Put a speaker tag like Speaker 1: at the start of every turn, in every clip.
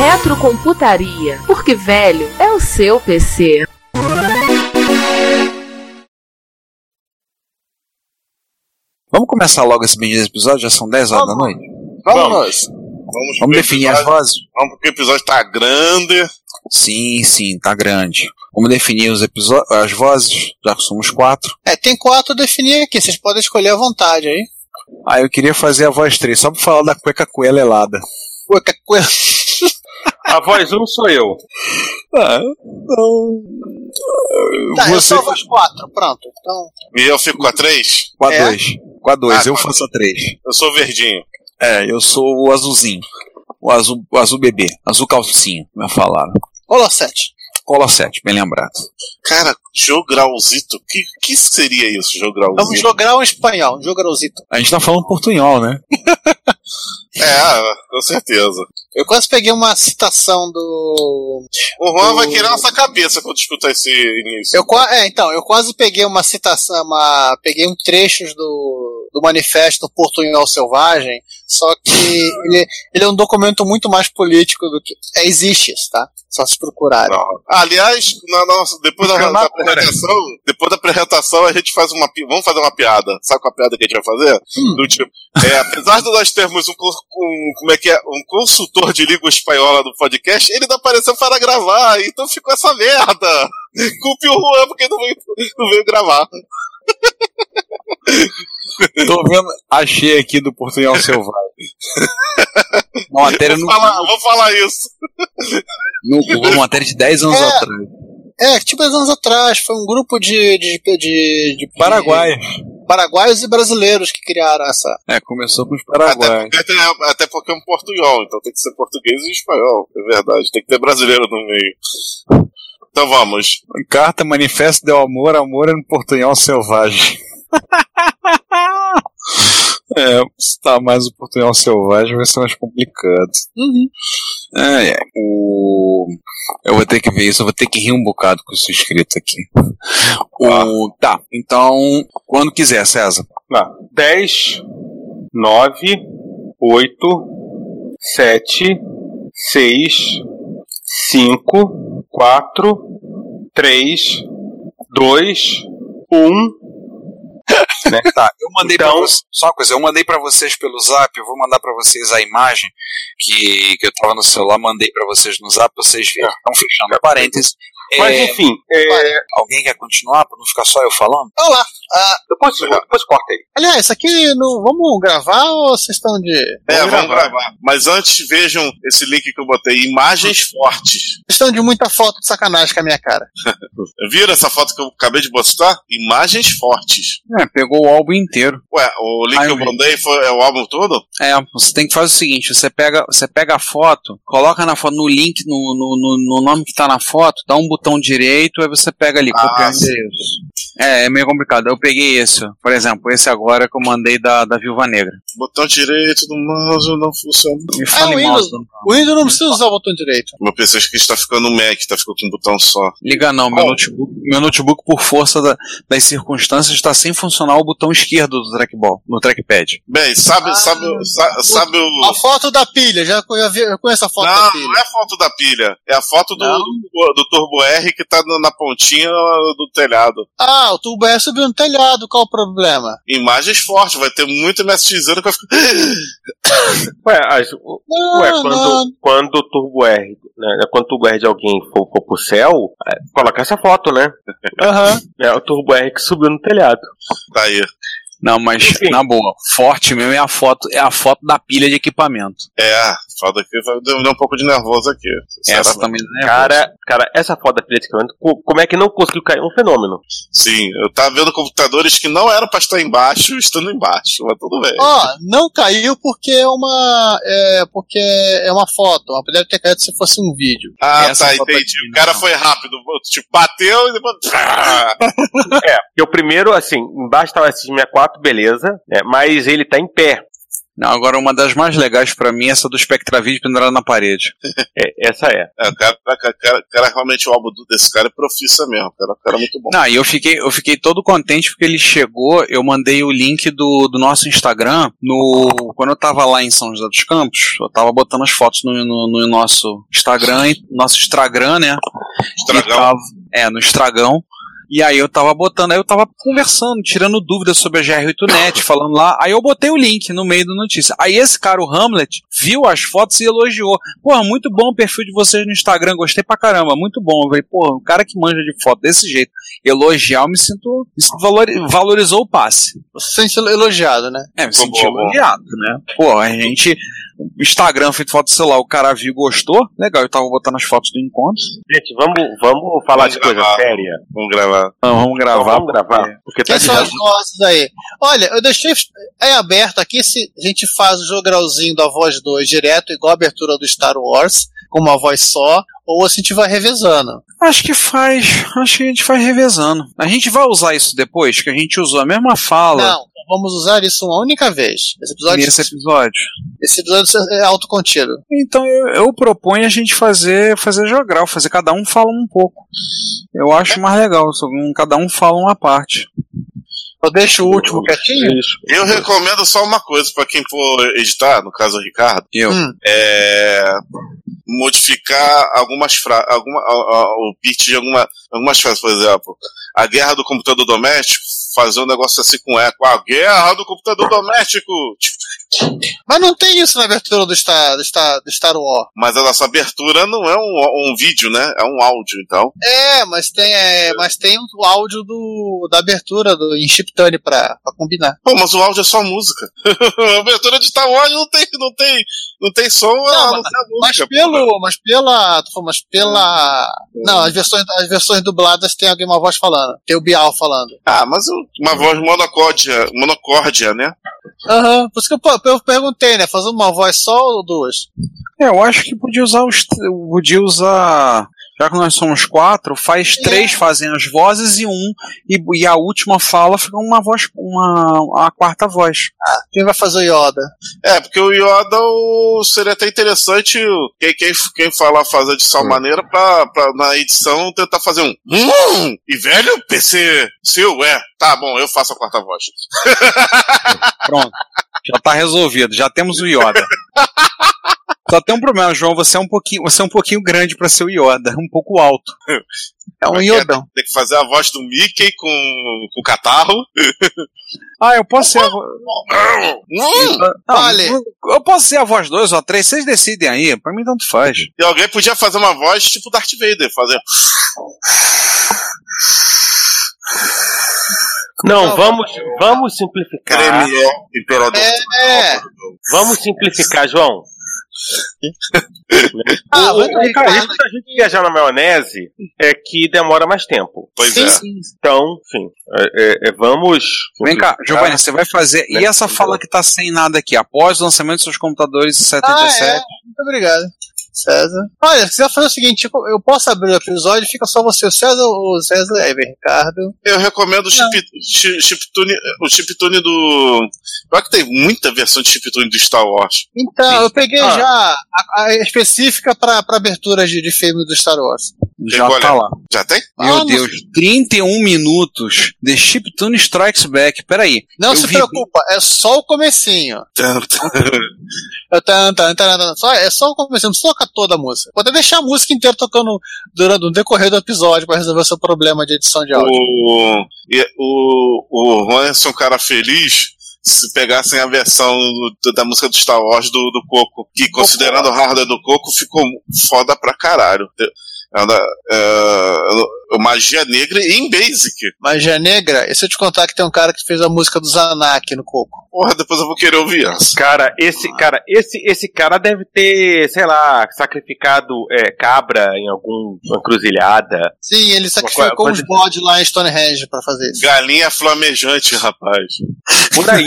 Speaker 1: Retrocomputaria, porque velho é o seu PC.
Speaker 2: Vamos começar logo esse bendito episódio, já são 10 horas da noite. Vamos,
Speaker 3: Vamos.
Speaker 2: nós.
Speaker 3: Vamos,
Speaker 2: Vamos
Speaker 3: pro
Speaker 2: definir as
Speaker 3: episódio.
Speaker 2: vozes?
Speaker 3: Vamos porque o episódio tá grande.
Speaker 2: Sim, sim, tá grande. Vamos definir os episo- as vozes, já que somos quatro.
Speaker 4: É, tem quatro a definir aqui, vocês podem escolher à vontade aí.
Speaker 2: Ah, eu queria fazer a voz 3, só pra falar da cueca coelha helada.
Speaker 4: Ué, que coisa.
Speaker 3: A voz 1 sou eu.
Speaker 2: Ah, não.
Speaker 4: Tá, eu
Speaker 2: Você
Speaker 4: salvo as quatro, pronto. Então,
Speaker 3: E eu fico com a 3.
Speaker 2: com a
Speaker 4: É?
Speaker 2: 2. Com a 2,
Speaker 3: Ah,
Speaker 2: eu
Speaker 3: com a
Speaker 2: faço a 3.
Speaker 3: Eu sou o verdinho.
Speaker 2: É, eu sou o azulzinho. O azul, o azul bebê. Azul calcinho, me falaram.
Speaker 4: olá, sete.
Speaker 2: Cola 7, bem lembrado.
Speaker 3: Cara, jogralzito. O que, que seria isso,
Speaker 4: É um
Speaker 3: jogralzito?
Speaker 4: jogral em espanhol, um jogralzito.
Speaker 2: A gente tá falando portunhol, né?
Speaker 3: É, com certeza.
Speaker 4: Eu quase peguei uma citação do.
Speaker 3: O Juan
Speaker 4: O-
Speaker 3: vai querer nossa cabeça quando escutar esse início.
Speaker 4: Eu qua- É, então, eu quase peguei uma citação, uma... peguei um trechos do, do manifesto Portunhol Selvagem, só que ele, ele é um documento muito mais político do que. É, existe isso, tá? Só se procurarem.
Speaker 3: Não. Aliás, na nossa, depois da, da apresentação, depois da apresentação a gente faz uma pi- vamos fazer uma piada. Sabe qual é a piada que a gente vai fazer? Do tipo, é, apesar de nós termos um, cons- um- como é que é, um consultor de língua espanhola do podcast, ele não apareceu para gravar, então ficou essa merda. Culpe o Juan porque não veio, não veio gravar.
Speaker 2: Tô vendo, achei aqui do portunhol selvagem. Uma matéria no,
Speaker 3: Vou falar, vou falar isso.
Speaker 2: no Google, uma matéria de 10 anos
Speaker 4: É.
Speaker 2: atrás.
Speaker 4: É, tipo, dez anos atrás, foi um grupo de. de, de, de- de-
Speaker 2: Paraguai.
Speaker 4: Paraguaios e brasileiros que criaram essa.
Speaker 2: É, começou com os
Speaker 3: Até,
Speaker 2: paraguaios.
Speaker 3: porque- até- até porque é um portunhol, então tem que ser português e espanhol, é verdade. Tem que ter brasileiro no meio. Então vamos.
Speaker 2: Carta Manifesto del Amor, Amor é no Portunhol Selvagem. é, citar mais o Portunhol Selvagem vai ser mais complicado. É, é. O... Eu vou ter que ver isso, eu vou ter que rir um bocado com isso escrito aqui. O... Tá, então, quando quiser, César.
Speaker 5: Não, 10, 9, 8, 7, 6, 5, 4, 3, 2, 1.
Speaker 2: Tá, eu mandei
Speaker 5: Então-
Speaker 2: pra vocês. Só uma coisa, eu mandei pra vocês pelo zap, eu vou mandar pra vocês a imagem que, que eu tava no celular, mandei pra vocês no zap, vocês viram. Então, fechando parênteses. é,
Speaker 5: Mas enfim, é,
Speaker 2: alguém quer continuar pra não ficar só eu falando?
Speaker 4: Olha lá. Ah,
Speaker 5: eu posso Então depois corta aí.
Speaker 4: aliás, isso aqui não. Vamos gravar ou vocês estão de.
Speaker 3: É,
Speaker 5: Vamos
Speaker 3: vamos,
Speaker 5: gravar.
Speaker 3: gravar. Mas antes, vejam esse link que eu botei: imagens fortes.
Speaker 4: Vocês estão de muita foto de sacanagem com a minha cara.
Speaker 3: Viram essa foto que eu acabei de postar? Imagens fortes.
Speaker 2: É, pegou o álbum inteiro.
Speaker 3: Ué, o link
Speaker 2: Ah,
Speaker 3: que
Speaker 2: eu
Speaker 3: eu
Speaker 2: vi.
Speaker 3: mandei foi, é o álbum todo?
Speaker 2: É, você tem que fazer o seguinte: você pega, você pega a foto, coloca na foto, no link, no, no, no- no nome que tá na foto, dá um botão direito, aí você pega ali, copia o
Speaker 3: sim.
Speaker 2: endereço. É, é meio complicado. Eu peguei esse, ó. por exemplo, esse agora que eu mandei da, da Viúva Negra.
Speaker 3: Botão direito do mouse não funciona.
Speaker 2: Me fala em
Speaker 4: Windows.
Speaker 2: mouse, não.
Speaker 4: O Windows não precisa usar o botão direito.
Speaker 3: Meu PC acho que está ficando um Mac, está ficando com um botão só.
Speaker 2: Liga não, meu
Speaker 3: Qual?
Speaker 2: notebook, meu notebook, por força da- das circunstâncias, está sem funcionar o botão esquerdo do trackball, no trackpad.
Speaker 3: Bem, sabe,
Speaker 4: Ah,
Speaker 3: sabe, sa- sabe o.
Speaker 4: A foto da pilha, já, já vi- eu conheço a foto da
Speaker 3: Não,
Speaker 4: pilha.
Speaker 3: não é a foto da pilha. É a foto do,
Speaker 4: Não.
Speaker 3: do, do Turbo R que tá na- na pontinha do telhado.
Speaker 4: Ah, o tubo é subiu no telhado, qual o problema?
Speaker 3: Imagens fortes, vai ter muito MSX que vai ficar.
Speaker 5: Ué, as- ué,
Speaker 4: Não, não.
Speaker 5: quando, quando o Turbo R, né, quando o Turbo R de alguém for, for pro céu, é, coloca essa foto, né?
Speaker 4: Aham.
Speaker 5: É o Turbo R que subiu no telhado.
Speaker 3: Tá aí.
Speaker 2: Não, mas
Speaker 5: Enfim.
Speaker 2: na boa, forte mesmo é a foto, é a foto da pilha de equipamento.
Speaker 3: É, foda aqui, deu deu um pouco de nervoso aqui.
Speaker 2: Essa
Speaker 3: sinceramente.
Speaker 2: também não é.
Speaker 5: Cara, cara, essa foto da pilha de equipamento, co- como é que não conseguiu cair? É um fenômeno.
Speaker 3: Sim, eu tava vendo computadores que não eram pra estar embaixo, estando embaixo, mas tudo bem.
Speaker 2: Oh.
Speaker 4: Ó, não caiu porque é uma. É, porque é uma foto. Mas Deve ter caído se fosse um vídeo.
Speaker 3: Ah,
Speaker 2: essa
Speaker 3: tá,
Speaker 2: foto
Speaker 3: entendi.
Speaker 2: aqui,
Speaker 3: O cara
Speaker 2: não.
Speaker 3: foi rápido, tipo, bateu e depois.
Speaker 5: É, porque o primeiro, assim, embaixo tá o S64, beleza, né, mas ele tá em pé.
Speaker 2: Não, agora uma das mais legais pra mim é essa do Spectravid pendurada na parede.
Speaker 5: É, essa é.
Speaker 3: É, o cara, o cara, o cara, o cara é realmente o álbum do- desse cara é profissa mesmo, o cara, o cara é muito bom.
Speaker 2: Não, e eu fiquei, eu fiquei todo contente porque ele chegou, eu mandei o link do, do nosso Instagram no. Quando eu tava lá em São José dos Campos, eu tava botando as fotos no, no, no nosso Instagram, e- nosso Instagram, né?
Speaker 3: Estragão.
Speaker 2: E tava- é, no Estragão. E aí eu tava botando, aí eu tava conversando, tirando dúvidas sobre a GR8net, falando lá. Aí eu botei o link no meio da notícia. Aí esse cara, o Hamlet, viu as fotos e elogiou. Porra, muito bom o perfil de vocês no Instagram, gostei pra caramba, muito bom. Eu falei, porra, um cara que manja de foto desse jeito, elogiar, eu me sinto. Isso valori- valorizou o passe.
Speaker 4: Você se sente elogiado, né?
Speaker 2: É, me
Speaker 3: Ficou
Speaker 2: senti
Speaker 3: bom, bom.
Speaker 2: elogiado, né? Pô, a gente. Instagram feito foto do celular, o cara viu e gostou. Legal, eu tava botando as fotos do encontro.
Speaker 5: Gente, vamos, vamos falar
Speaker 3: Vamos
Speaker 5: de coisa
Speaker 3: gravar.
Speaker 5: séria.
Speaker 3: Vamos gravar.
Speaker 2: Não, Então, vamos gravar.
Speaker 5: vamos gravar. Porque tá
Speaker 4: Quem
Speaker 5: de
Speaker 4: são as
Speaker 5: razão.
Speaker 4: vozes aí? Olha, eu deixei é aberto aqui se a gente faz o jogralzinho da voz 2 direto, igual a abertura do Star Wars, com uma voz só, ou se a gente vai revezando.
Speaker 2: Acho que faz. Acho que a gente vai revezando. A gente vai usar isso depois, que a gente usou a mesma fala
Speaker 4: Não, vamos usar isso uma única vez. Esse episódio, é
Speaker 2: nesse episódio.
Speaker 4: esse episódio é autocontido.
Speaker 2: Então eu, eu proponho a gente fazer fazer jogral, fazer cada um fala um pouco. Eu acho mais legal, só um- cada um fala uma parte.
Speaker 4: Eu deixo o último quietinho.
Speaker 5: Isso.
Speaker 3: Eu recomendo só uma coisa pra quem for editar, no caso o Ricardo,
Speaker 2: Eu.
Speaker 4: Hum.
Speaker 3: é modificar algumas fra alguma, a- a- o pitch de alguma, algumas frases, por exemplo, a guerra do computador doméstico, fazer um negócio assim com eco, a guerra do computador doméstico, Tipo,
Speaker 4: Mas não tem isso na abertura do Star, do Star, do Star Wars.
Speaker 3: mas a nossa abertura não é um, um vídeo, né? É um áudio, então.
Speaker 4: É, mas tem, é, mas tem o áudio do, da abertura do Inchiptane pra, pra combinar.
Speaker 3: Pô, mas o áudio é só música. a abertura de Star Wars não tem, não tem, não tem som, ela não tem a
Speaker 4: Mas
Speaker 3: música. pô.
Speaker 4: pelo. Mas pela. tu falou, Mas pela. Não, as versões, as versões dubladas tem alguém uma voz falando. Tem o Bial falando.
Speaker 3: Ah, mas o- uma voz monocórdia, monocórdia, né?
Speaker 4: Aham. Por isso que eu, pô, eu perguntei, né? Fazer uma voz só ou duas?
Speaker 2: É, eu acho que podia usar os. Podia usar. Já que nós somos quatro, faz
Speaker 4: É.
Speaker 2: três fazem as vozes e um. E, e a última fala fica uma voz. Uma, a quarta voz.
Speaker 4: Quem vai fazer o Yoda?
Speaker 3: É, porque o Yoda o- seria até interessante o- quem, quem, quem falar fazer de tal maneira pra, pra na edição tentar fazer um. Hum! E velho PC seu, é. Tá bom, eu faço a quarta voz.
Speaker 2: Pronto. Já tá resolvido. Já temos o Yoda. Só tem um problema, João. Você é um pouquinho, você é um pouquinho grande pra ser o Yoda. Um pouco alto.
Speaker 4: É um Yodão.
Speaker 3: Tem que fazer a voz do Mickey com, com o catarro.
Speaker 2: Ah, eu posso ser a voz.
Speaker 3: Hum!
Speaker 4: Vale.
Speaker 2: Eu posso ser a voz 2 ou 3. Vocês decidem aí. Pra mim, tanto faz.
Speaker 3: E alguém podia fazer uma voz tipo Darth Vader, fazer.
Speaker 5: Não, vamos, vamos simplificar.
Speaker 3: Premier Imperador.
Speaker 4: É.
Speaker 5: Vamos simplificar, João.
Speaker 4: Ah,
Speaker 5: o,
Speaker 4: mas
Speaker 5: o risco da gente viajar na maionese é que demora mais tempo.
Speaker 3: Pois
Speaker 4: sim,
Speaker 3: é.
Speaker 4: sim.
Speaker 5: Então, enfim, é, é, é, vamos.
Speaker 2: Vem cá, Giovanni, você vai fazer. E
Speaker 5: Né?
Speaker 2: essa fala que tá sem nada aqui? Após o lançamento de seus computadores em
Speaker 4: Ah,
Speaker 2: 77.
Speaker 4: é. Muito obrigado. César. Olha, se quiser fazer o seguinte, eu- eu posso abrir o episódio, fica só você, o César, o César, Ever, Ricardo.
Speaker 3: Eu recomendo o chip, chi- chiptune, o chiptune do. Olha que tem muita versão de chiptune do Star Wars.
Speaker 4: Então, eu peguei
Speaker 5: Ah.
Speaker 4: já a, a específica pra, pra abertura de, de filme do Star Wars.
Speaker 2: Já
Speaker 3: Tem
Speaker 2: tá
Speaker 3: qual
Speaker 2: lá.
Speaker 3: Já tem?
Speaker 2: Meu
Speaker 4: Ah, não-
Speaker 2: Deus, 31 minutos. The Chiptune Strikes Back. Peraí.
Speaker 4: Não
Speaker 2: Eu
Speaker 4: se
Speaker 2: vi-
Speaker 4: preocupa, é só o comecinho.
Speaker 3: Tanto.
Speaker 4: Eu tan, tan, tan, tan, só, é só o comecinho, não precisa tocar toda a música. Pode deixar a música inteira tocando durante o decorrer do episódio pra resolver o seu problema de edição de áudio.
Speaker 3: O, e- o, o Ronson é um cara feliz se pegassem a versão do- da música do Star Wars do, do Coco. Que considerando o hardware do Coco, ficou foda pra caralho. Ela- é, eu não- Magia Negra em Basic.
Speaker 4: Magia Negra, e se eu te contar que tem um cara que fez a música do Zanak no Coco?
Speaker 3: Porra, depois eu vou querer ouvir essa.
Speaker 5: Cara, esse cara, esse, esse cara deve ter, sei lá, sacrificado é, cabra em alguma cruzilhada.
Speaker 4: Sim, ele sacrificou
Speaker 5: coisa-
Speaker 4: uns bodes lá em Stonehenge pra fazer isso.
Speaker 3: Galinha flamejante, rapaz.
Speaker 5: Por aí.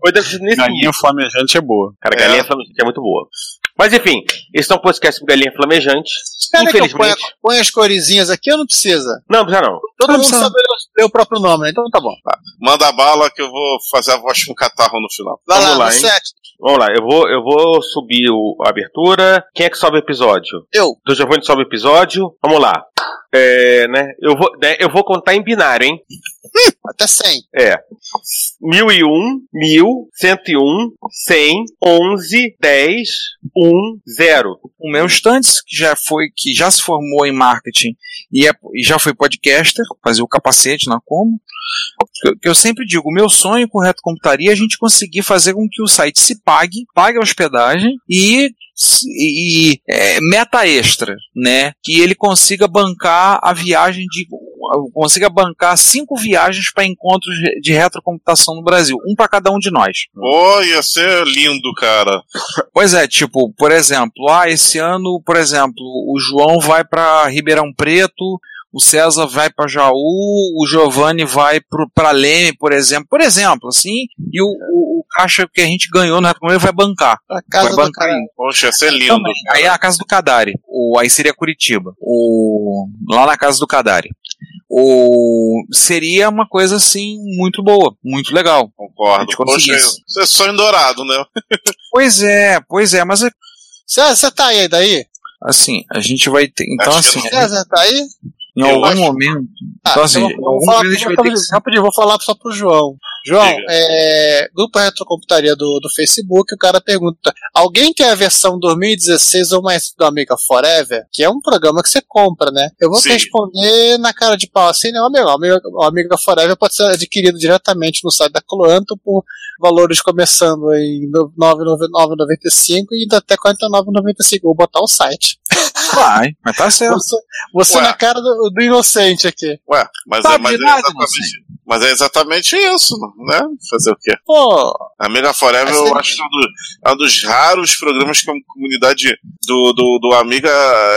Speaker 5: Coisa nesse
Speaker 6: Galinha
Speaker 5: nível.
Speaker 6: flamejante é boa.
Speaker 5: Cara,
Speaker 3: É.
Speaker 5: galinha flamejante é muito boa. Mas enfim, esse é um podcast com galinha flamejante.
Speaker 4: Cara, que eu ponho,
Speaker 5: Infelizmente.
Speaker 4: ponho as corezinhas aqui ou não precisa?
Speaker 5: Não, já não.
Speaker 4: Todo
Speaker 6: Não
Speaker 4: mundo
Speaker 6: precisa.
Speaker 4: sabe ler o próprio nome, né? Então tá bom.
Speaker 3: Manda bala que eu vou fazer a voz com catarro no final.
Speaker 4: Vai
Speaker 5: Vamos
Speaker 4: lá,
Speaker 5: lá,
Speaker 4: no
Speaker 5: hein?
Speaker 4: set.
Speaker 5: Vamos lá, eu vou, eu vou subir o- a abertura. Quem é que sobe o episódio?
Speaker 4: Eu.
Speaker 5: Do Giovanni sobe o episódio. Vamos lá. É, né? Eu vou, né, eu vou contar em binário, hein?
Speaker 4: Até 100.
Speaker 5: É. 1001, 1101, 100, 11, 10, 1, 0.
Speaker 2: O meu Stantes, que já foi, que já se formou em marketing e, é- e já foi podcaster, fazer o capacete na Como. Que eu- Que eu sempre digo, o meu sonho com Reto Computaria é a gente conseguir fazer com que o site se pague, pague a hospedagem e, se- e é, meta extra, né? Que ele consiga bancar a viagem de consiga bancar cinco viagens para encontros de retrocomputação no Brasil, um para cada um de nós.
Speaker 3: Pô, ia ser lindo, cara.
Speaker 2: Pois é, tipo, por exemplo, ah, esse ano, por exemplo, o João vai para Ribeirão Preto, o César vai para Jaú, o Giovanni vai para Leme, por exemplo. Por exemplo, assim, e o, o, o caixa que a gente ganhou na Recomendação vai bancar.
Speaker 4: Pra casa
Speaker 2: vai
Speaker 4: do
Speaker 2: bancar
Speaker 4: cara.
Speaker 2: em-
Speaker 3: Poxa, ia ser lindo.
Speaker 2: também. Aí é a casa do Cadari. Ou aí seria Curitiba. Ou lá na casa do Cadari. Ou seria uma coisa assim muito boa, muito legal. A
Speaker 3: Concordo.
Speaker 2: gente
Speaker 3: Poxa,
Speaker 2: conseguiu isso.
Speaker 3: isso é sonho dourado, né?
Speaker 2: Pois é, pois é, mas é-
Speaker 4: César, você tá aí daí?
Speaker 2: assim, a gente vai ter. Então,
Speaker 3: Acho que
Speaker 2: assim,
Speaker 3: eu
Speaker 4: César, tá aí?
Speaker 2: Em
Speaker 3: Eu
Speaker 2: algum
Speaker 3: acho-
Speaker 2: momento.
Speaker 4: Ah,
Speaker 2: Então, assim,
Speaker 4: eu
Speaker 2: em
Speaker 4: vou,
Speaker 2: algum
Speaker 4: vou falar,
Speaker 2: momento a gente vai ter
Speaker 4: rapidinho,
Speaker 2: que-
Speaker 4: rapidinho, vou falar só pro João. João,
Speaker 3: Diga.
Speaker 4: é, grupo Retrocomputaria do, do Facebook, o cara pergunta: alguém quer a versão 2016 ou mais do Amiga Forever? Que é um programa que você compra, né? Eu vou
Speaker 3: Sim.
Speaker 4: responder na cara de pau assim, não, amigo, o Amiga, o Amiga Forever pode ser adquirido diretamente no site da Cloanto por valores começando em no- 9,99,95 e indo até 49,95. Vou botar o site.
Speaker 2: Vai, mas tá certo.
Speaker 4: Você, você
Speaker 3: Ué.
Speaker 4: na cara do, do inocente aqui.
Speaker 3: Ué, mas,
Speaker 2: Tá
Speaker 3: é, mas, é
Speaker 2: virado,
Speaker 3: exatamente, mas é exatamente isso, né? Fazer o quê?
Speaker 4: Pô,
Speaker 3: A Mega Forever,
Speaker 4: Mas
Speaker 3: eu
Speaker 4: ele-
Speaker 3: acho que é um, do- é um dos raros programas que a comunidade do, do, do Amiga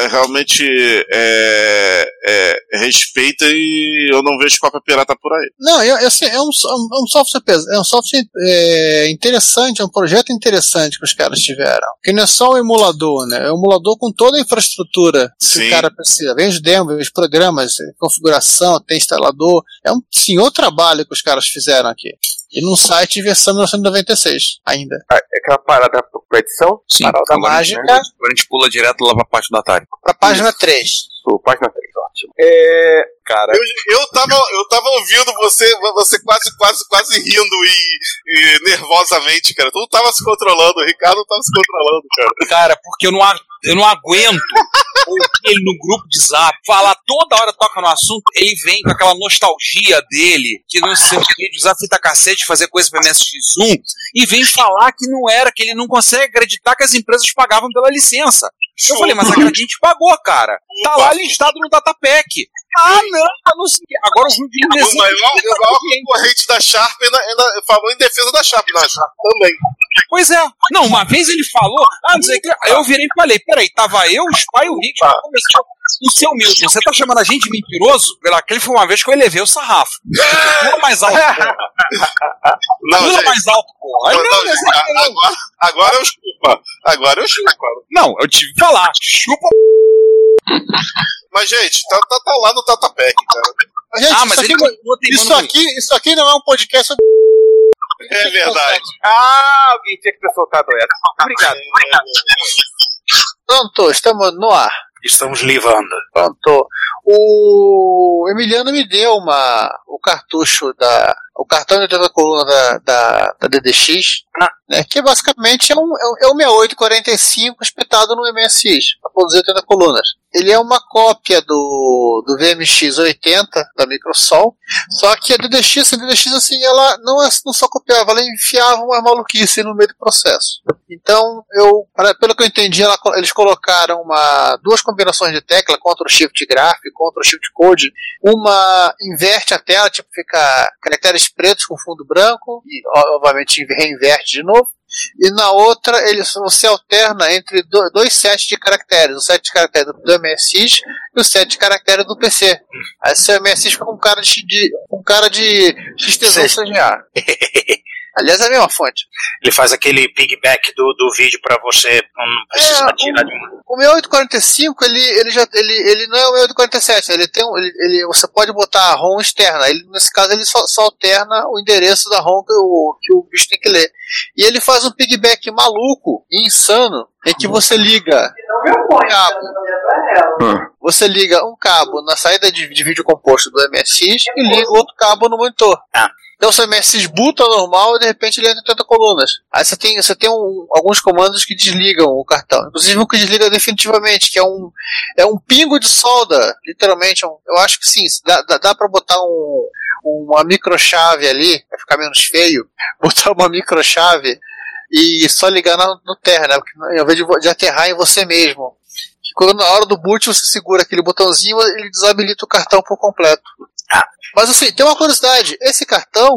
Speaker 3: realmente é, é, respeita e eu não vejo cópia pirata por aí.
Speaker 4: Não, eu, eu sei, é, um, so- é um software pes- é um software é, interessante, é um projeto interessante que os caras tiveram. Que não é só um emulador, né? É um emulador com toda a infraestrutura que
Speaker 3: Sim.
Speaker 4: o cara precisa. Vem os demos, vem os programas, configuração, tem instalador. É um senhor trabalho que os caras fizeram aqui. E num site versão 1996 ainda.
Speaker 5: É aquela parada pra edição?
Speaker 2: Sim,
Speaker 5: Parada
Speaker 2: agora a gente-
Speaker 4: Mágica,
Speaker 2: Agora a gente pula direto lá pra parte do Atari.
Speaker 4: pra página 3.
Speaker 5: Pô, página 3, ótimo. É. Cara.
Speaker 3: Eu, eu, tava, eu tava ouvindo você, você quase, quase, quase rindo e, e nervosamente, cara. Tu não tava se controlando, o Ricardo não tava se controlando, cara.
Speaker 2: Cara, porque eu não, a- eu não aguento ouvir ele no grupo de zap, falar toda hora toca no assunto, ele vem com aquela nostalgia dele, que não sei o que, de usar fita cassete, fazer coisa pra MSX1, e vem falar que não era, que ele não consegue acreditar que as empresas pagavam pela licença. Eu falei, mas a gente pagou, cara. Tá lá listado no Datapec. Ah, não, eu não sei. Agora o Rubinho tá
Speaker 3: O maior, o maior concorrente da Sharp ainda, ainda falou em defesa da Sharp, não, a Sharp também.
Speaker 2: Pois é. Não, uma vez ele falou, ah, não sei o que. Aí eu virei e falei, peraí, tava eu, o Spy e o
Speaker 3: Tá.
Speaker 2: Rick, já começou. O seu Milton, você tá chamando a gente de mentiroso? Pela aquele foi uma vez que eu elevei o sarrafo. Pula mais alto, porra.
Speaker 3: Não,
Speaker 2: Pula
Speaker 3: gente,
Speaker 2: mais alto, porra. Aí,
Speaker 3: não,
Speaker 2: não,
Speaker 3: não,
Speaker 2: mas- é-
Speaker 3: gente, a- agora, agora eu chupa. Agora eu chupa.
Speaker 2: não, eu tive que falar. Chupa.
Speaker 3: Mas, gente, tá, tá, tá lá no Tatapec, cara.
Speaker 4: Gente,
Speaker 2: Ah, mas
Speaker 4: isso,
Speaker 2: ele
Speaker 4: aqui, é,
Speaker 2: continua teimando
Speaker 4: isso,
Speaker 2: comigo.
Speaker 4: aqui, isso aqui não é um podcast sobre.
Speaker 3: É verdade.
Speaker 5: Ah, alguém tinha que ter soltado essa. Obrigado.
Speaker 4: Pronto, estamos no ar.
Speaker 7: Estamos livando.
Speaker 4: Pronto. O Emiliano me deu uma, o cartucho da. O cartão da coluna da, da, da DDX, né, que basicamente é um, é um- é um 6845 espetado no MSX, para produzir 80 colunas. Ele é uma cópia do, do VMX80 da Microsol, só que a DDX, a DDX assim, ela não, é- não só copiava, ela enfiava uma maluquice no meio do processo. Então, eu, pra- pelo que eu entendi, ela co- eles colocaram uma, duas combinações de tecla, Ctrl Shift gráfico, Ctrl Shift Code. Uma inverte a tela, tipo, fica caracteres pretos com fundo branco, e ó, obviamente reinverte de novo. E na outra, ele só- você alterna entre do- dois sets de caracteres, o set de caracteres do MSX e o set de caracteres do PC. Aí seu MSX fica com cara de, de, com cara de XTZ CGA. Aliás, é a mesma fonte.
Speaker 7: Ele faz aquele pigback do, do vídeo pra você, não precisa
Speaker 4: É,
Speaker 7: tirar de uma.
Speaker 4: O 6845, ele, ele, já, ele, ele não é o 6847, ele tem um, ele, ele- você pode botar a ROM externa. Ele, nesse caso, ele só, só alterna o endereço da ROM que o, que o bicho tem que ler. E ele faz um pigback maluco e insano, em que você liga um cabo,
Speaker 7: Ah.
Speaker 4: você liga um cabo na saída de, de vídeo composto do MSX e liga outro cabo no monitor.
Speaker 7: Ah.
Speaker 4: Então seu MSX buta normal e de repente ele entra em 80 colunas. Aí você tem, você tem um- alguns comandos que desligam o cartão. Inclusive um que desliga definitivamente, que é um, é um pingo de solda, literalmente. é um- eu acho que sim, dá, dá, dá pra botar um, uma microchave ali, vai ficar menos feio, botar uma microchave e só ligar na, no terra, né? Porque ao invés de, vo- de aterrar em você mesmo. Que quando na hora do boot você segura aquele botãozinho, ele desabilita o cartão por completo. Mas assim, tem uma curiosidade, esse cartão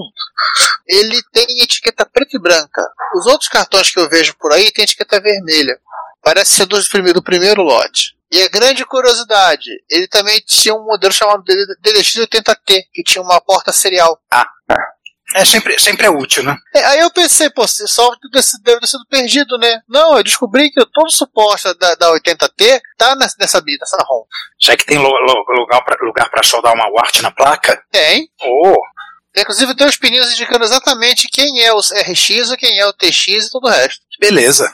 Speaker 4: ele tem etiqueta preta e branca. Os outros cartões que eu vejo por aí têm etiqueta vermelha. Parece ser dos prime- do primeiro lote. E a grande curiosidade, ele também tinha um modelo chamado DDX80T, que tinha uma porta serial.
Speaker 7: Ah, É, sempre, sempre é útil, né?
Speaker 4: É, aí eu pensei, pô, esse software desse- deve ter sido perdido, né? Não, eu descobri que todo o suporte da, da 80T tá nessa, nessa, bi- nessa ROM.
Speaker 7: Já que tem lo- lo- lugar, pra, lugar pra soldar uma wart na placa.
Speaker 4: Tem.
Speaker 7: Oh,
Speaker 4: É, Inclusive tem os pininhos indicando exatamente quem é o RX, ou quem é o TX e todo o resto.
Speaker 7: beleza.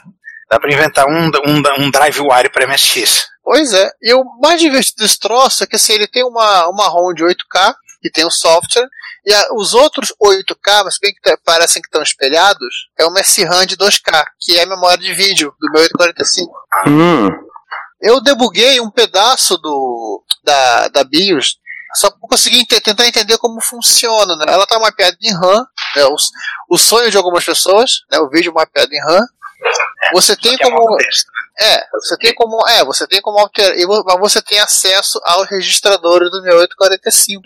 Speaker 7: Dá pra inventar um, um, um drive wire pra MSX.
Speaker 4: Pois é. E o mais divertido desse troço é que assim, ele tem uma, uma ROM de 8K, que tem o software, e a- os outros 8K, mas bem que tá- parecem que estão espelhados, é uma SRAM de 2K, que é a memória de vídeo do meu 845. Eu debuguei um pedaço do da, da BIOS só para conseguir ente- tentar entender como funciona. né? Ela tá mapeada em RAM, né? o, s- o sonho de algumas pessoas, né? o vídeo mapeado em RAM. Você tem
Speaker 7: que é
Speaker 4: como.
Speaker 7: uma besta.
Speaker 4: É, você tem como, é, você tem como alterar, e vo- mas você tem acesso aos registradores do 6845.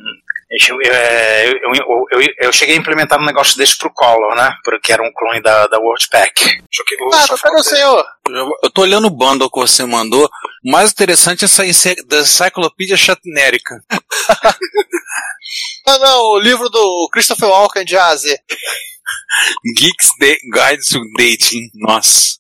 Speaker 7: Eu, é, eu, eu, eu, eu cheguei a implementar um negócio desse pro Color, né? Porque era um clone da, da Worldpack. Só que eu
Speaker 4: Ah,
Speaker 7: só
Speaker 4: tá vendo,
Speaker 7: faltei-
Speaker 4: senhor?
Speaker 8: Eu, eu tô olhando o bundle que você mandou. O mais interessante é essa ence- da enciclopédia chatnérica.
Speaker 4: Ah, não, o livro do Christopher Walken de A a Z.
Speaker 8: Geeks de Guides to Dating. Nossa.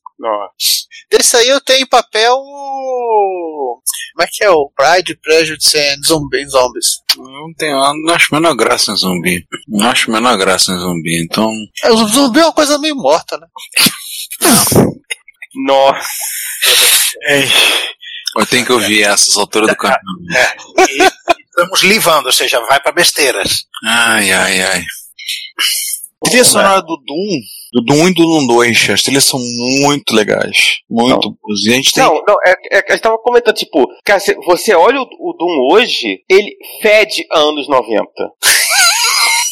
Speaker 4: Desse aí eu tenho em papel o... Como é que é o Pride, Prejudice and Zombi- Zombies?
Speaker 8: Eu não, tenho, eu não acho a menor graça em zumbi. Não acho a menor graça em zumbi. Então.
Speaker 4: É, O zumbi é uma coisa meio morta, né?
Speaker 5: Nossa.
Speaker 8: Eu tenho que ouvir essas alturas do campeonato.
Speaker 7: Estamos livando, ou seja, vai pra besteiras.
Speaker 8: Ai, ai, ai. Trilha sonora do Doom, do Doom e do Doom 2, as trilhas são muito legais. Muito boas. E a gente tem.
Speaker 5: Não, não, é, é, a gente tava comentando, tipo, cara, você- você olha o, o Doom hoje, ele fede anos 90.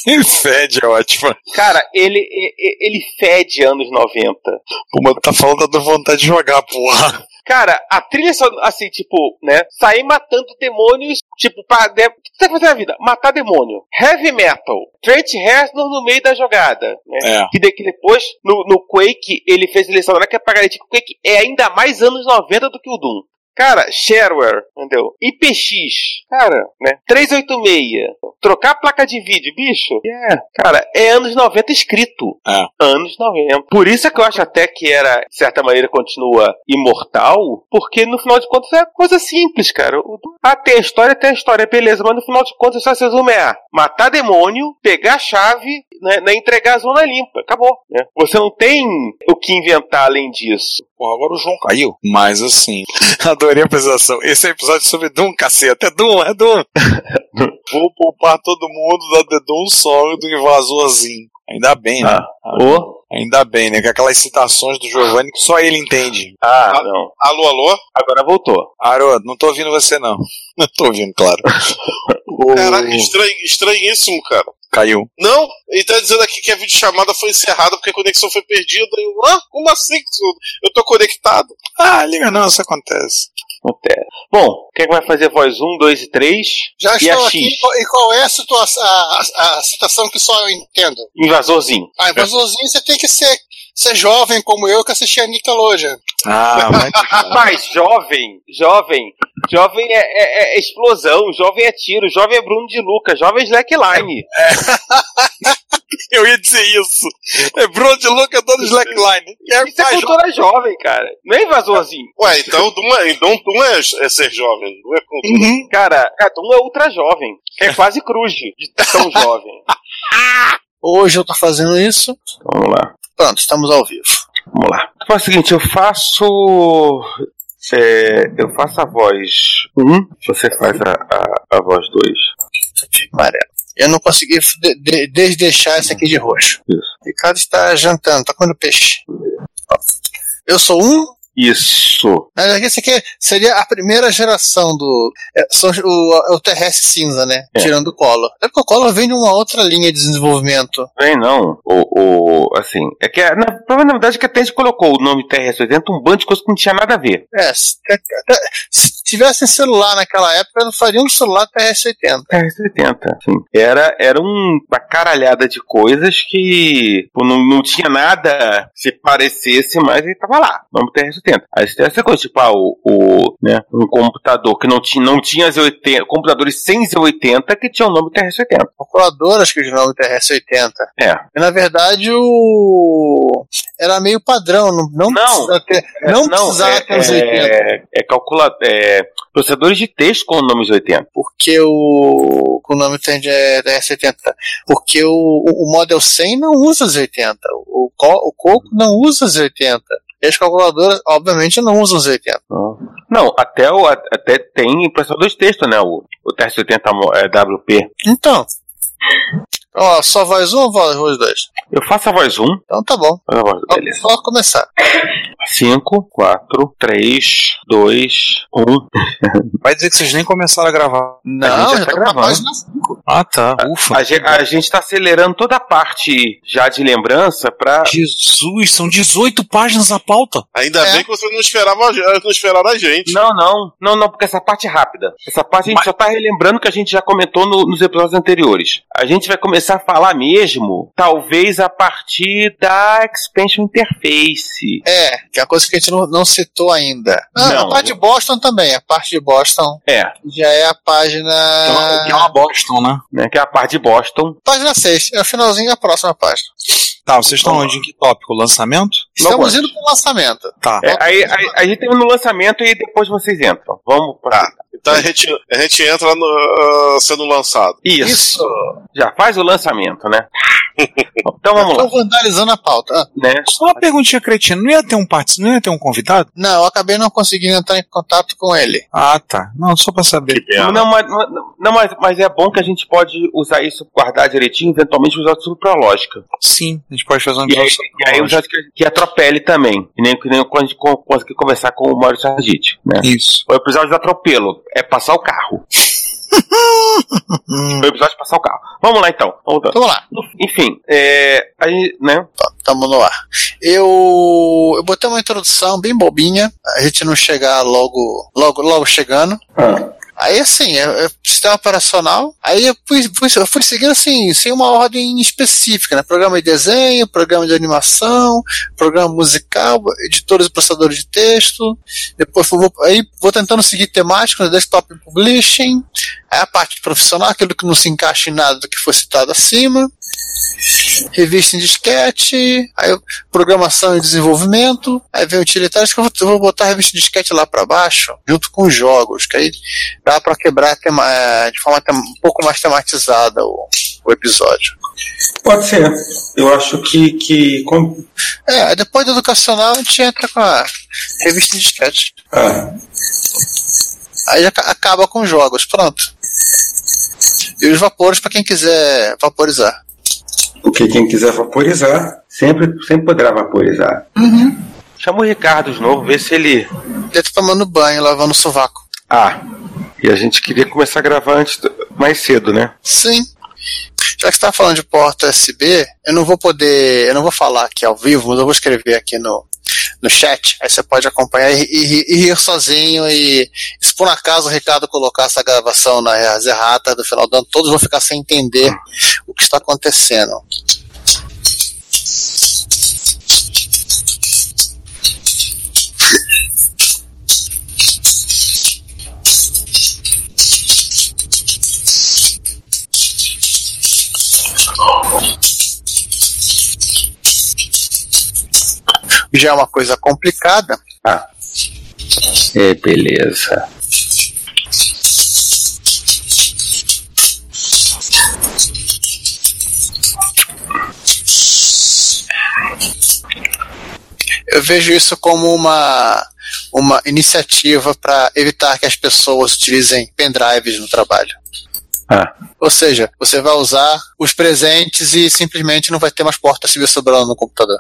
Speaker 8: Ele fede, é ótimo.
Speaker 5: Cara, ele, e- e- ele fede anos 90.
Speaker 8: Pô, mas tá falando, tá dando vontade de jogar, porra.
Speaker 5: Cara, a trilha só, assim, tipo, né? Sair matando demônios, tipo, pra. De... O que você vai fazer na vida? Matar demônio. Heavy metal. Trent Reznor no meio da jogada, né?
Speaker 8: É.
Speaker 5: Que, de- que depois, no, no Quake, ele fez eleição lá que é pra garantir que o Quake é ainda mais anos 90 do que o Doom. Cara, shareware, entendeu? IPX, cara, né? 386. Trocar a placa de vídeo, bicho. É, cara, é anos 90 escrito.
Speaker 8: É.
Speaker 5: Anos 90. Por isso é que eu acho até que era, de certa maneira, continua imortal, porque no final de contas é coisa simples, cara. O- Ah, tem a história, tem a história, beleza, mas no final de contas é só se resume a matar demônio, pegar a chave, né, né, entregar a zona limpa. Acabou, né? Você não tem o que inventar além disso.
Speaker 8: Porra, agora o João caiu. Mas assim. Adorei a apresentação. Esse é o episódio sobre Doom, caceta. É Doom, é Doom. Vou poupar todo mundo da The Doom Song do invasorzinho. Ainda bem, né?
Speaker 5: Ô?
Speaker 8: Ainda bem, né? Que aquelas citações do Giovanni que só ele entende.
Speaker 5: Ah, não.
Speaker 3: Alô, alô?
Speaker 5: Agora voltou.
Speaker 8: Haroldo, não tô ouvindo você, não. Não tô ouvindo, claro. O-
Speaker 3: Caraca, estranho, estranhíssimo, cara.
Speaker 8: Caiu.
Speaker 3: Não, ele tá dizendo aqui que a videochamada foi encerrada porque a conexão foi perdida. Eu, ah, como assim? Eu tô conectado.
Speaker 8: Ah, liga não, isso acontece.
Speaker 5: Acontece. Bom, quem é que vai fazer voz 1, 2 e 3?
Speaker 4: Já
Speaker 5: e
Speaker 4: estou
Speaker 5: a
Speaker 4: aqui.
Speaker 5: X?
Speaker 4: E qual- E qual é a, situação, a, a- a citação que só eu entendo?
Speaker 5: Invasorzinho.
Speaker 4: Ah,
Speaker 7: É.
Speaker 4: invasorzinho você tem que ser, ser jovem como eu que assistia a Nickelodeon.
Speaker 8: Ah, vai
Speaker 5: Rapaz, jovem, jovem. Jovem é, é- é explosão, jovem é tiro, jovem é Bruno de Luca, jovem é Slackline.
Speaker 3: Eu ia dizer isso. É Bruno de Luca dando slackline. É,
Speaker 5: Isso é
Speaker 3: faz-
Speaker 5: cultura jovem, cara. Não é invasorzinho.
Speaker 3: Ué, então Doom é, então Doom é, é ser jovem, não é cultura.
Speaker 5: Cara, Gadum é ultra jovem. É quase cruz de tão jovem.
Speaker 4: Hoje eu tô fazendo isso.
Speaker 5: Vamos lá,
Speaker 4: Pronto, estamos ao vivo.
Speaker 5: vamos lá. Faz o seguinte, eu faço. é, eu faço a voz 1, você faz a, voz 2.
Speaker 4: Amarelo. Eu não consegui de- de- desdeixar esse aqui de roxo.
Speaker 5: Isso.
Speaker 4: Ricardo está jantando, tá comendo peixe. Ó, Eu sou um,
Speaker 5: Isso.
Speaker 4: Na verdade, esse aqui seria a primeira geração do. É, são os- o, é o terrestre cinza, né?
Speaker 5: É.
Speaker 4: Tirando o Collor. É porque o Collor vem de uma outra linha de desenvolvimento.
Speaker 5: Vem não. O, o, assim, é que a- na, na verdade é que a Tente colocou o nome TR-80 um bando de coisa que não tinha nada a ver.
Speaker 4: É, se, até- se tivessem celular naquela época, não faria um celular TRS-80.
Speaker 5: TR-80, sim. assim, Era, era um- uma caralhada de coisas que pô, não, não tinha nada que se parecesse, mas ele tava lá. O nome TR-80. Aí você tem essa coisa, tipo, ah, o, o, né, um computador que não tinha, não tinha Z80, computadores sem Z80 que tinha o nome TR-80.
Speaker 4: Calculadoras que o nome TRS-80.
Speaker 5: É.
Speaker 4: E, na verdade, o. Era meio padrão, não, não,
Speaker 5: Não.
Speaker 4: precisava ter, não, precisava ter um os 80.
Speaker 5: É, é calcula- é, processadores de texto com nomes 80.
Speaker 4: Porque o. Com o nome tem- é TR-70. Porque o, o o Model 100 não usa os 80. O, Co- o Coco não usa os 80. E as calculadoras, obviamente, não usam os 80.
Speaker 5: Não, até, o, a- até tem processador de texto, né? O, o TR-70 mo- é, WP.
Speaker 4: Então. Ó, só voz 1 ou voz 2?
Speaker 5: Eu faço a voz 1.
Speaker 4: Então tá bom.
Speaker 5: A voz,
Speaker 4: Ó,
Speaker 5: beleza.
Speaker 4: Só começar.
Speaker 5: 5, 4, 3, 2, 1.
Speaker 8: Vai dizer que vocês nem começaram a gravar.
Speaker 4: Não, já
Speaker 5: já tá
Speaker 4: tô com a
Speaker 5: gravando.
Speaker 4: página 5.
Speaker 8: Ah, tá. Ufa.
Speaker 5: A gente, a gente tá acelerando toda a parte já de lembrança pra.
Speaker 8: Jesus, são 18 páginas a pauta.
Speaker 3: Ainda
Speaker 4: É.
Speaker 3: bem que você não esperava, a gente- não esperava a gente.
Speaker 5: Não, não, não, não, porque essa parte é rápida. Essa parte a gente só tá relembrando que a gente já comentou no- nos episódios anteriores. A gente vai começar a falar mesmo, talvez a partir da Expansion Interface.
Speaker 4: É, que é uma coisa que a gente não, não citou ainda. Ah,
Speaker 5: Não.
Speaker 4: a parte de Boston também. A parte de Boston
Speaker 5: É,
Speaker 4: já é a
Speaker 8: Que é uma-
Speaker 2: Então,
Speaker 4: página.
Speaker 8: que é uma Boston, né?
Speaker 5: né, que é a parte de Boston.
Speaker 4: Página 6. É o finalzinho da próxima página.
Speaker 8: Tá, vocês estão onde? Em que tópico? Lançamento?
Speaker 4: Estamos
Speaker 5: gosto.
Speaker 4: indo pro lançamento.
Speaker 8: Tá.
Speaker 5: É, aí, aí- a gente termina no lançamento e depois vocês entram. Vamos pra.
Speaker 3: Então a gente, a gente entra no, ah, sendo lançado.
Speaker 5: Isso. Já faz o lançamento, né? Então vamos lá,
Speaker 4: Estou vandalizando a pauta. Ah,
Speaker 5: né?
Speaker 8: Só uma perguntinha cretina. Não ia ter um parte, não ia ter um convidado?
Speaker 4: não, eu acabei não conseguindo entrar em contato com ele.
Speaker 8: Ah, tá. Não, só pra saber.
Speaker 5: Não, mas, não, não, mas, mas é bom que a gente pode usar isso, guardar direitinho, eventualmente usar tudo pra lógica.
Speaker 8: Sim, a gente pode fazer um
Speaker 5: E aí, e aí eu já acho que, que atropele também. Que nem, que nem quando a gente con- conseguir conversar com o Maurício Sargit, né?
Speaker 8: Isso.
Speaker 5: O episódio do atropelo é passar o carro.
Speaker 8: Hum,
Speaker 5: O episódio é passar o carro. Vamos lá então. Voltando.
Speaker 4: Vamos lá.
Speaker 5: Enfim, é, a gente, né?
Speaker 4: Tamo no ar. Eu, eu botei uma introdução bem bobinha, a gente não chegar logo, logo, logo chegando. Aí assim, é, é sistema operacional. Aí eu fui, fui- eu fui seguindo assim, sem uma ordem específica, né? Programa de desenho, programa de animação, programa musical, editores e processadores de texto. Depois eu vou, aí vou tentando seguir temáticas, desktop publishing, aí a parte profissional, aquilo que não se encaixa em nada do que foi citado acima revista em disquete, aí eu- programação e desenvolvimento, aí vem utilitários que eu vou, eu vou botar a revista em disquete lá pra baixo, junto com os jogos, que aí dá pra quebrar tema- eh, de forma tem- um pouco mais tematizada o, o episódio.
Speaker 9: Pode ser. Eu acho que. que com-
Speaker 4: É, aí depois do educacional a gente entra com a revista em disquete.
Speaker 9: ah,
Speaker 4: Aí aca- acaba com os jogos, pronto. E os vapores pra quem quiser vaporizar.
Speaker 9: porque quem quiser vaporizar, sempre, sempre poderá vaporizar.
Speaker 4: Uhum.
Speaker 5: Chama o Ricardo de novo, vê se ele.
Speaker 4: Ele tá tomando banho, lavando o sovaco.
Speaker 5: Ah, e a gente queria começar a gravar antes do- mais cedo, né?
Speaker 4: Sim. Já que você tá falando de porta USB, eu não vou poder, eu não vou falar aqui ao vivo, mas eu vou escrever aqui no, no chat. Aí você pode acompanhar e, e- e rir sozinho. E se por um acaso o Ricardo colocar essa gravação na Zerrata do final do ano, todos vão ficar sem entender o que está acontecendo. Já é uma coisa complicada.
Speaker 9: Ah. É, beleza.
Speaker 4: Eu vejo isso como uma, uma iniciativa para evitar que as pessoas utilizem pendrives no trabalho.
Speaker 9: Ah,
Speaker 4: Ou seja, você vai usar os presentes e simplesmente não vai ter mais porta USB sobrando no computador.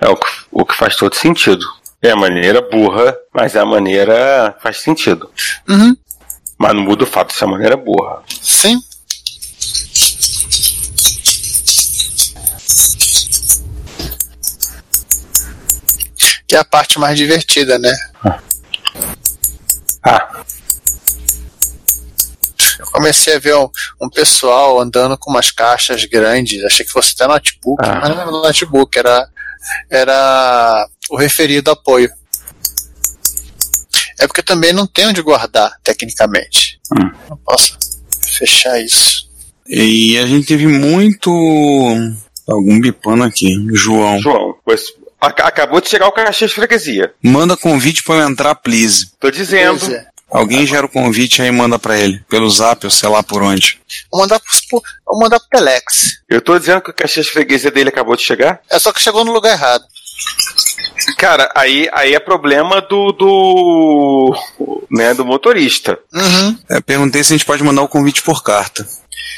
Speaker 10: É o que, o que faz todo sentido. É a maneira burra, mas é a maneira faz sentido.
Speaker 4: Uhum.
Speaker 10: Mas não muda o fato de ser a maneira burra.
Speaker 4: Sim. Que é a parte mais divertida, né?
Speaker 9: ah,
Speaker 4: Eu comecei a ver um, um pessoal andando com umas caixas grandes, achei que fosse até notebook,
Speaker 9: Ah.
Speaker 4: mas não era notebook, era, era o referido apoio. É porque também não tem onde guardar, tecnicamente. Não posso fechar isso.
Speaker 2: E a gente teve muito. Algum bipando aqui. João.
Speaker 10: João, pois ac- acabou de chegar o cachê de freguesia.
Speaker 2: Manda convite pra eu entrar, please.
Speaker 10: Tô dizendo.
Speaker 4: Pois é.
Speaker 2: Alguém gera o convite aí e manda pra ele. Pelo zap, ou sei lá por onde.
Speaker 4: Vou mandar pro, vou mandar pro Telex.
Speaker 10: Eu tô dizendo que o cachê de freguesia dele acabou de chegar?
Speaker 4: É só que chegou no lugar errado.
Speaker 10: Cara, aí, aí é problema do. do. né, do motorista.
Speaker 4: Uhum.
Speaker 2: É, perguntei se a gente pode mandar o convite por carta.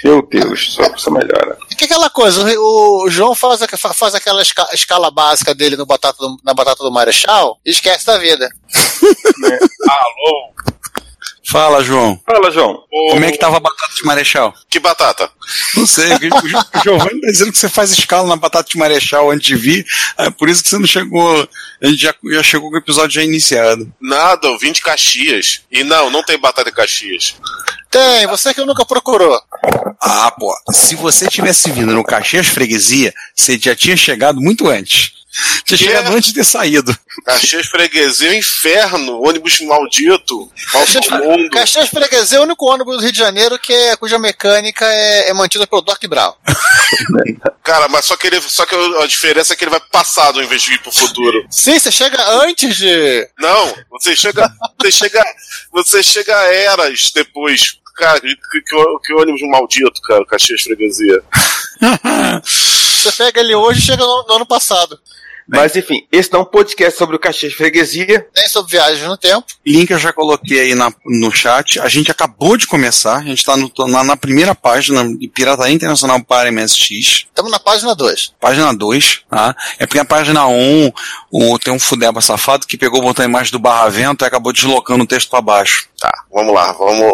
Speaker 10: Meu Deus, só, só melhora.
Speaker 4: Que é aquela coisa, o o João faz, aque- fa- faz aquela esca- escala básica dele no batata do- na batata do Marechal e esquece da vida.
Speaker 3: Alô?
Speaker 2: Fala, João.
Speaker 10: Fala, João.
Speaker 2: Como é que tava a batata de marechal?
Speaker 3: Que batata?
Speaker 2: Não sei. O o Giovanni tá dizendo que você faz escala na batata de marechal antes de vir. É por isso que você não chegou. A gente já, já chegou com o episódio já iniciado.
Speaker 3: Nada, eu vim de Caxias. E não, não tem batata de Caxias.
Speaker 4: Tem, você que nunca procurou.
Speaker 2: Ah, pô. Se você tivesse vindo no Caxias Freguesia, você já tinha chegado muito antes. Tinha
Speaker 3: Que?
Speaker 2: chegado antes de ter saído.
Speaker 3: Caxias, freguesia, o um inferno, ônibus maldito, mal do mundo.
Speaker 4: Caxias Freguesia é o único ônibus do Rio de Janeiro que é- cuja mecânica é, é mantida pelo Doc Brown.
Speaker 3: Cara, mas só que, ele, só que a diferença é que ele vai pro passado ao invés de ir pro futuro.
Speaker 4: Sim, você chega antes de.
Speaker 3: Não, você chega, você chega, você chega a eras depois. Cara, que, que- que ônibus maldito, cara, Caxias Freguesia.
Speaker 4: Você pega ele hoje e chega no, no ano passado.
Speaker 10: Mas enfim, esse não é um podcast sobre o cachê de freguesia.
Speaker 4: Tem sobre viagens no tempo.
Speaker 2: Link eu já coloquei aí na- no chat. A gente acabou de começar. A gente está na, na primeira página de Pirataria Internacional para MSX.
Speaker 4: Estamos na página 2.
Speaker 2: Página 2, tá? É porque a página 1 o, tem um fudeba safado que pegou, botou a imagem do barravento e acabou deslocando o texto para baixo.
Speaker 3: Tá, vamos lá, vamos.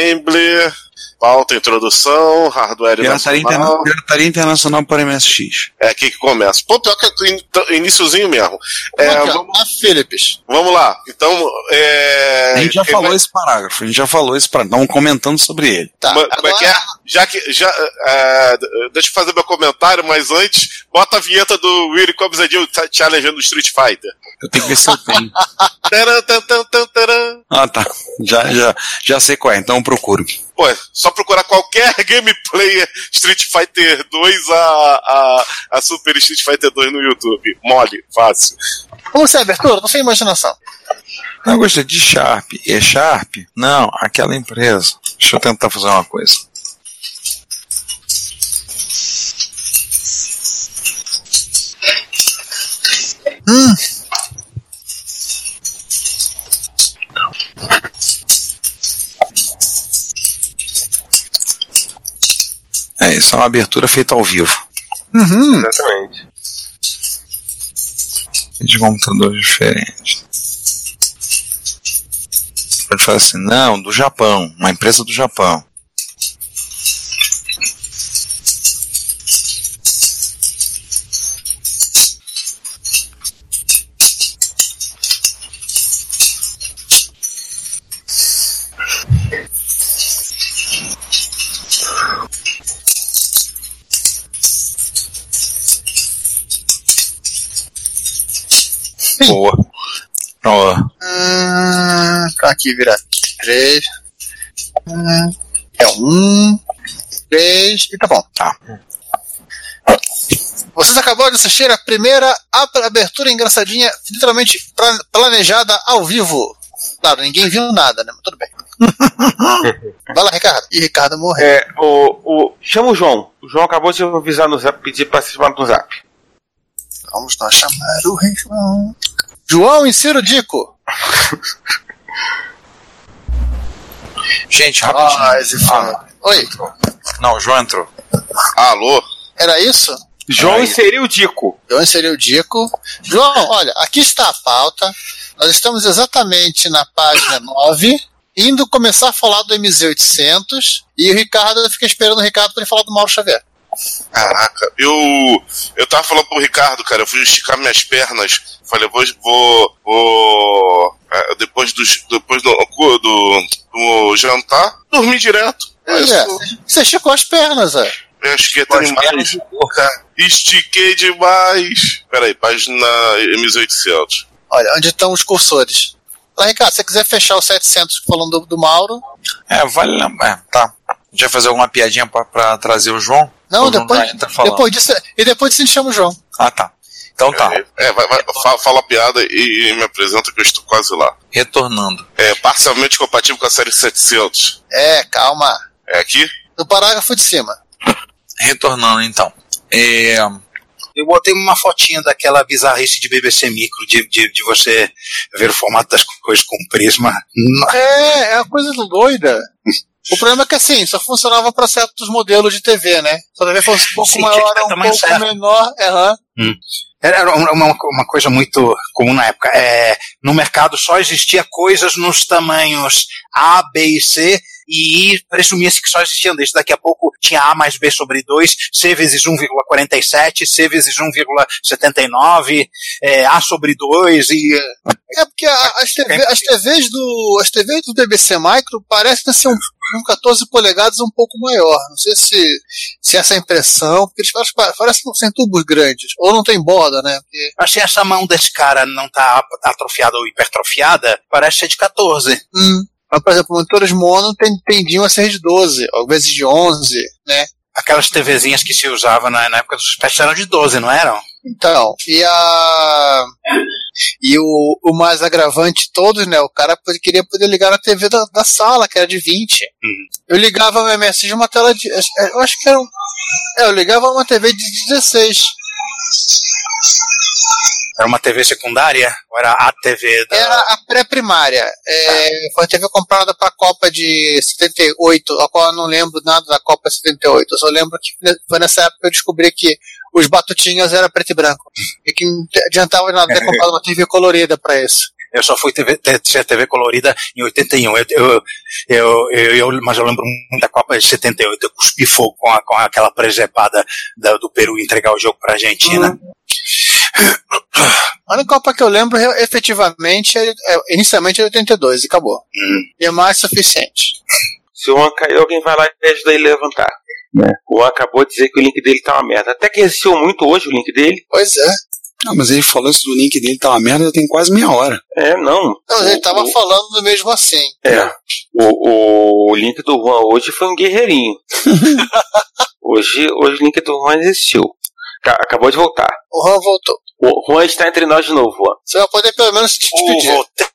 Speaker 3: Assembly, pauta, introdução, hardware
Speaker 2: Pirataria,
Speaker 3: nacional.
Speaker 2: Interna- Pirataria Internacional para MSX.
Speaker 3: É aqui que começa. Pô, pior que é in- iniciozinho mesmo. É,
Speaker 4: Aqui, ó,
Speaker 3: vamos,
Speaker 4: A Philips.
Speaker 3: vamos lá. Então, é,
Speaker 2: A gente já
Speaker 3: quem
Speaker 2: falou
Speaker 3: vai-
Speaker 2: esse parágrafo, a gente já falou esse parágrafo, estamos comentando sobre ele.
Speaker 4: Tá.
Speaker 3: Ma- como é que é? Já que. Já, é, é, deixa eu fazer meu comentário, mas antes, bota a vinheta do Willy Cobbs Adil tá- challengeando o Street Fighter.
Speaker 2: Eu tenho que ver se eu tenho.
Speaker 3: Taran, tan, tan, tan, taran.
Speaker 2: Ah, tá. Já, já, já sei qual é, então eu procuro.
Speaker 3: Pô, é só procurar qualquer gameplay é Street Fighter 2 a, a, a Super Street Fighter 2 no YouTube. Mole, fácil.
Speaker 4: Como você é abertura? Não sem imaginação.
Speaker 2: Ah, gostei de Sharp. É Sharp? Não, aquela empresa. Deixa eu tentar fazer uma coisa. Hum. É, isso é uma abertura feita ao vivo.
Speaker 10: Exatamente.
Speaker 2: de computadores diferentes. Pode falar assim, não, do Japão, uma empresa do Japão. Boa. Ó,
Speaker 4: Ah, tá aqui, virar. Três. Ah, é um. Três. E tá bom. Tá. Vocês acabaram de assistir a primeira ab- abertura engraçadinha, literalmente pra- planejada ao vivo. Claro, ninguém viu nada, né? Mas tudo bem. Vai lá, Ricardo. E Ricardo morreu.
Speaker 5: É, o, o, chama o João. O João acabou de avisar no zap, pedir pra se chamar no zap.
Speaker 4: Vamos nós chamar o rei João. João e Ciro Dico.
Speaker 8: Gente, rapidinho. Ah,
Speaker 4: Oi.
Speaker 8: não, o João entrou.
Speaker 3: Alô?
Speaker 4: Era isso?
Speaker 5: João inseriu o Dico.
Speaker 4: João inseriu o Dico. João, olha, aqui está a pauta. Nós estamos exatamente na página 9, indo começar a falar do MZ800. E o Ricardo, eu fiquei esperando o Ricardo para ele falar do Mauro Xavier.
Speaker 3: Caraca, eu. Eu tava falando pro Ricardo, cara, eu fui esticar minhas pernas. Falei, eu vou. vou, vou é, depois do, depois do, do, do jantar, dormir direto. Aí eu
Speaker 4: Olha,
Speaker 3: sou-
Speaker 4: é. você esticou as pernas, é. ó.
Speaker 3: Eu estiquei até demais. Cara, Estiquei demais. Peraí, página M800.
Speaker 4: Olha, onde estão os cursores? Lá, Ricardo, se você quiser fechar o 700 falando do, do Mauro.
Speaker 8: É, vale lembrar. É, tá. A gente vai fazer alguma piadinha pra, pra trazer o João?
Speaker 4: Não,
Speaker 8: Ou
Speaker 4: depois,
Speaker 8: tá- tá falando?
Speaker 4: depois disso. E depois disso a gente chama o João.
Speaker 8: Ah, tá. Então tá.
Speaker 3: É, vai, vai, fa- fala a piada e, e me apresenta que eu estou quase lá.
Speaker 8: Retornando.
Speaker 3: É parcialmente compatível com a série 700.
Speaker 4: É, calma.
Speaker 3: É aqui?
Speaker 4: No parágrafo de cima.
Speaker 8: Retornando então. É,
Speaker 7: Eu botei uma fotinha daquela bizarrice de BBC Micro, de, de, de você ver o formato das coisas com prisma.
Speaker 4: É, é uma coisa doida. O problema é que assim, só funcionava para certos modelos de TV, né? Se a TV fosse um pouco
Speaker 7: Sim, tinha que
Speaker 4: maior
Speaker 7: dar
Speaker 4: ou um
Speaker 7: tamanho
Speaker 4: pouco
Speaker 7: certo.
Speaker 4: menor, aham.
Speaker 7: Era era uma, uma- uma coisa muito comum na época. É, no mercado só existia coisas nos tamanhos A, B e C, e I presumia-se que só existiam desde. Daqui a pouco tinha A mais B sobre 2, C vezes 1,47, C vezes 1,79, é, A sobre 2, e é,
Speaker 4: É porque a- as, TV as TVs do. As TVs do BBC Micro parecem ser um, um 14 polegadas um pouco maior. Não sei se, se essa é a impressão, porque eles parecem- parecem que são tubos grandes. Ou não tem borda, né? Porque-
Speaker 7: Assim, essa mão desse cara não tá atrofiada ou hipertrofiada, parece ser de 14.
Speaker 4: Hum. Mas, por exemplo, monitores mono tem, tendiam a ser de 12, ou às vezes de 11, né?
Speaker 7: Aquelas TVzinhas que se usava na, na época dos pets eram de 12, não eram?
Speaker 4: Então, e a. E o, o mais agravante de todos, né? O cara pod- queria poder ligar na TV da, da sala, que era de 20. Eu ligava meu MS de uma tela de. Eu acho que era um. É, eu ligava uma TV de 16.
Speaker 7: Era uma TV secundária? Ou era a TV da.
Speaker 4: Era a pré-primária. É, foi a TV comprada para a Copa de 78, a qual eu não lembro nada da Copa de 78. Eu só lembro que ne- foi nessa época que eu descobri que os batutinhas era preto e branco. E que não te- adiantava de nada ter comprado uma TV colorida para isso.
Speaker 7: Eu só fui TV, ter, ser TV colorida em 81. Eu, eu, eu, eu, eu, mas eu lembro muito da Copa de 78. Eu cuspi fogo com, a, com aquela presepada da- do Peru entregar o jogo pra Argentina.
Speaker 4: A única Copa que eu lembro re- efetivamente é, é, inicialmente era 82 e acabou. E é mais suficiente.
Speaker 5: Se o Juan caiu, alguém vai lá e ajuda ele a levantar. O Juan acabou de dizer que o link dele tá uma merda. Até que resistiu muito hoje o link dele.
Speaker 4: Pois é.
Speaker 11: Não, mas ele falou isso do link dele, tá uma merda, tem quase meia hora.
Speaker 5: É, não.
Speaker 4: Não, ele tava
Speaker 5: Uhum.
Speaker 4: falando mesmo assim.
Speaker 5: É. O, o link do Juan hoje foi um guerreirinho. hoje, hoje o link do Juan existiu. Ca- Acabou de voltar.
Speaker 4: O Juan voltou.
Speaker 5: O Juan está entre nós de novo, Juan.
Speaker 4: Você vai poder pelo menos se despedir.
Speaker 7: Voltei,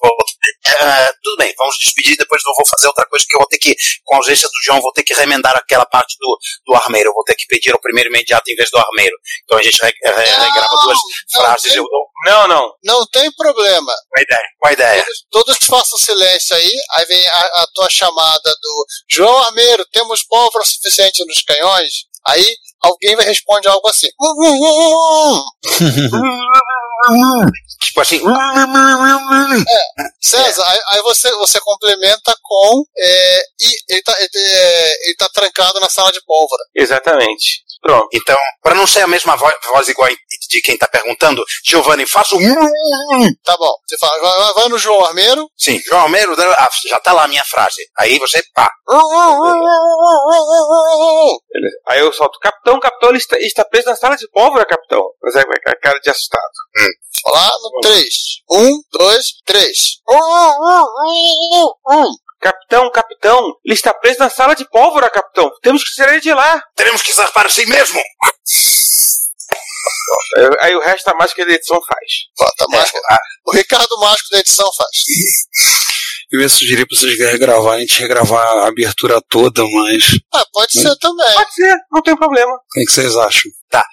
Speaker 7: voltei. Ah, tudo bem, vamos despedir. Depois eu vou fazer outra coisa que eu vou ter que, com a ausência do João, vou ter que remendar aquela parte do, do armeiro. Eu vou ter que pedir o primeiro imediato em vez do armeiro. Então a gente re- re- regrava duas frases. Eu dou
Speaker 5: Não, não.
Speaker 4: Não tem problema.
Speaker 7: uma ideia. Uma ideia.
Speaker 4: Todos, todos façam silêncio aí, aí vem a, a tua chamada do João Armeiro, temos pólvora suficiente nos canhões? Aí alguém vai responder algo assim. "Uh, uh, uh, uh, uh."
Speaker 7: Tipo assim,
Speaker 4: César, aí, aí você, você complementa com é, e ele tá, ele, é, ele tá trancado na sala de pólvora.
Speaker 5: Exatamente.
Speaker 12: Pronto.
Speaker 7: Então, para não ser a mesma vo- voz igual de quem tá perguntando, Giovanni, um, faça o.
Speaker 4: Tá bom. Você fala, vai, vai no João Armeiro.
Speaker 7: Sim, João Almeiro, ah, já tá lá a minha frase. Aí você, pá.
Speaker 5: Beleza. Aí eu solto, capitão, capitão, ele está, está preso na sala de pólvora, capitão. Mas é a cara de assustado.
Speaker 4: Vamos lá no 3. 1, 2, 3.
Speaker 5: Capitão, capitão, ele está preso na sala de pólvora, capitão. Temos que tirar ele de lá.
Speaker 7: Teremos que zarpar assim mesmo.
Speaker 5: Aí, aí o resto da mágica da edição faz.
Speaker 4: Bota mágica. tá O Ricardo Mágico da edição faz.
Speaker 2: Eu ia sugerir pra vocês regravarem, a gente regravar a abertura toda, mas.
Speaker 4: Ah, pode ser também.
Speaker 5: Pode ser, não tem problema.
Speaker 2: O que que vocês acham?
Speaker 7: Tá.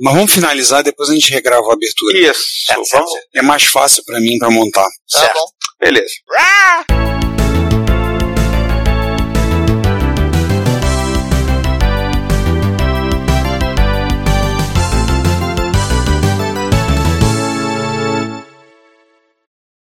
Speaker 2: Mas vamos finalizar, depois a gente regrava a abertura.
Speaker 5: Isso. vamos.
Speaker 2: É mais fácil pra mim pra montar.
Speaker 4: Tá bom.
Speaker 5: Beleza.
Speaker 13: Ah!